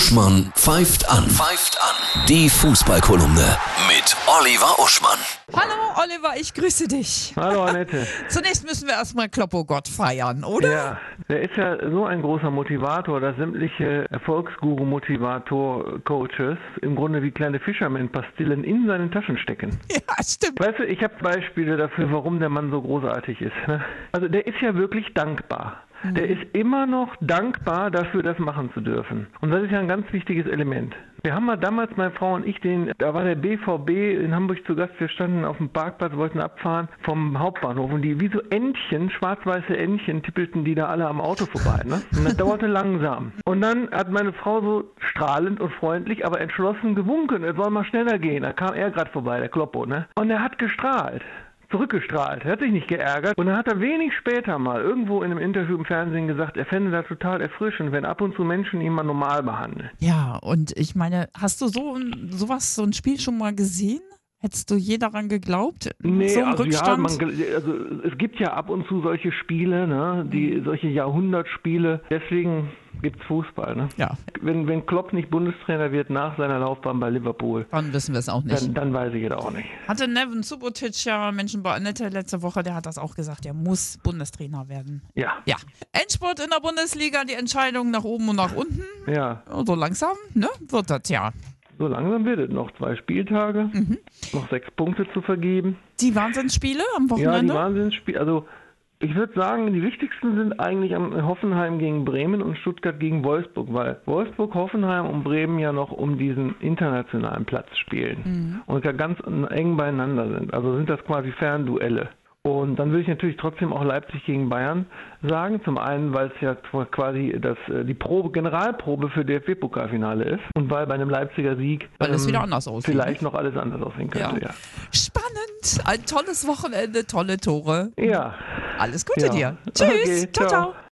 Uschmann pfeift an. Pfeift an. Die Fußballkolumne mit Oliver Uschmann. Hallo Oliver, ich grüße dich. Hallo Annette. Zunächst müssen wir erstmal Kloppo Gott feiern, oder? Ja, der ist ja so ein großer Motivator, dass sämtliche Erfolgsguru-Motivator-Coaches im Grunde wie kleine Fisherman-Pastillen in seinen Taschen stecken. Ja, stimmt. Weißt du, ich habe Beispiele dafür, warum der Mann so großartig ist. Ne? Also der ist ja wirklich dankbar. Der ist immer noch dankbar dafür, das machen zu dürfen. Und das ist ja ein ganz wichtiges Element. Wir haben mal damals, meine Frau und ich, den, da war der BVB in Hamburg zu Gast. Wir standen auf dem Parkplatz, wollten abfahren vom Hauptbahnhof und die wie so Entchen, schwarz-weiße Entchen, tippelten die da alle am Auto vorbei. Ne? Und das dauerte langsam. Und dann hat meine Frau so strahlend und freundlich, aber entschlossen gewunken. Es soll mal schneller gehen. Da kam er gerade vorbei, der Kloppo. Ne? Und er hat gestrahlt zurückgestrahlt. Er hat sich nicht geärgert. Und dann hat er wenig später mal irgendwo in einem Interview im Fernsehen gesagt, er fände das total erfrischend, wenn ab und zu Menschen ihn mal normal behandeln. Ja, und ich meine, hast du so ein- sowas, so ein Spiel schon mal gesehen? Hättest du je daran geglaubt? so ein also, ja, Rückstand? man, gl- also es gibt ja ab und zu solche Spiele, ne, Mhm. die solche Jahrhundertspiele. Deswegen gibt's Fußball. Ne? ja, Wenn, wenn Klopp nicht Bundestrainer wird nach seiner Laufbahn bei Liverpool, dann wissen wir es auch nicht. dann, dann weiß ich es auch nicht. Hatte Nevin Subotic ja Menschenbahnette letzte Woche, der hat das auch gesagt, der muss Bundestrainer werden. Ja, Ja. Endspurt in der Bundesliga, die Entscheidung nach oben und nach unten. ja. Und so langsam, ne? Wird das ja. So langsam wird es noch zwei Spieltage, noch sechs Punkte zu vergeben. Die Wahnsinnsspiele am Ja, die Wochenende? Wahnsinnsspiele. Also ich würde sagen, die wichtigsten sind eigentlich am Hoffenheim gegen Bremen und Stuttgart gegen Wolfsburg, weil Wolfsburg, Hoffenheim und Bremen ja noch um diesen internationalen Platz Mhm. spielen und ja ganz eng beieinander sind. Also sind das quasi Fernduelle. Und dann würde ich natürlich trotzdem auch Leipzig gegen Bayern sagen. Zum einen, weil es ja quasi das, äh, die Probe, Generalprobe für DFB-Pokalfinale ist und weil bei einem Leipziger Sieg ähm, Weil es wieder anders aussieht, vielleicht noch alles anders aussehen könnte. Ja. Spannend. Ein tolles Wochenende, tolle Tore. Ja. ja. Alles Gute Ja. dir. Tschüss. Okay, ciao. ciao. ciao.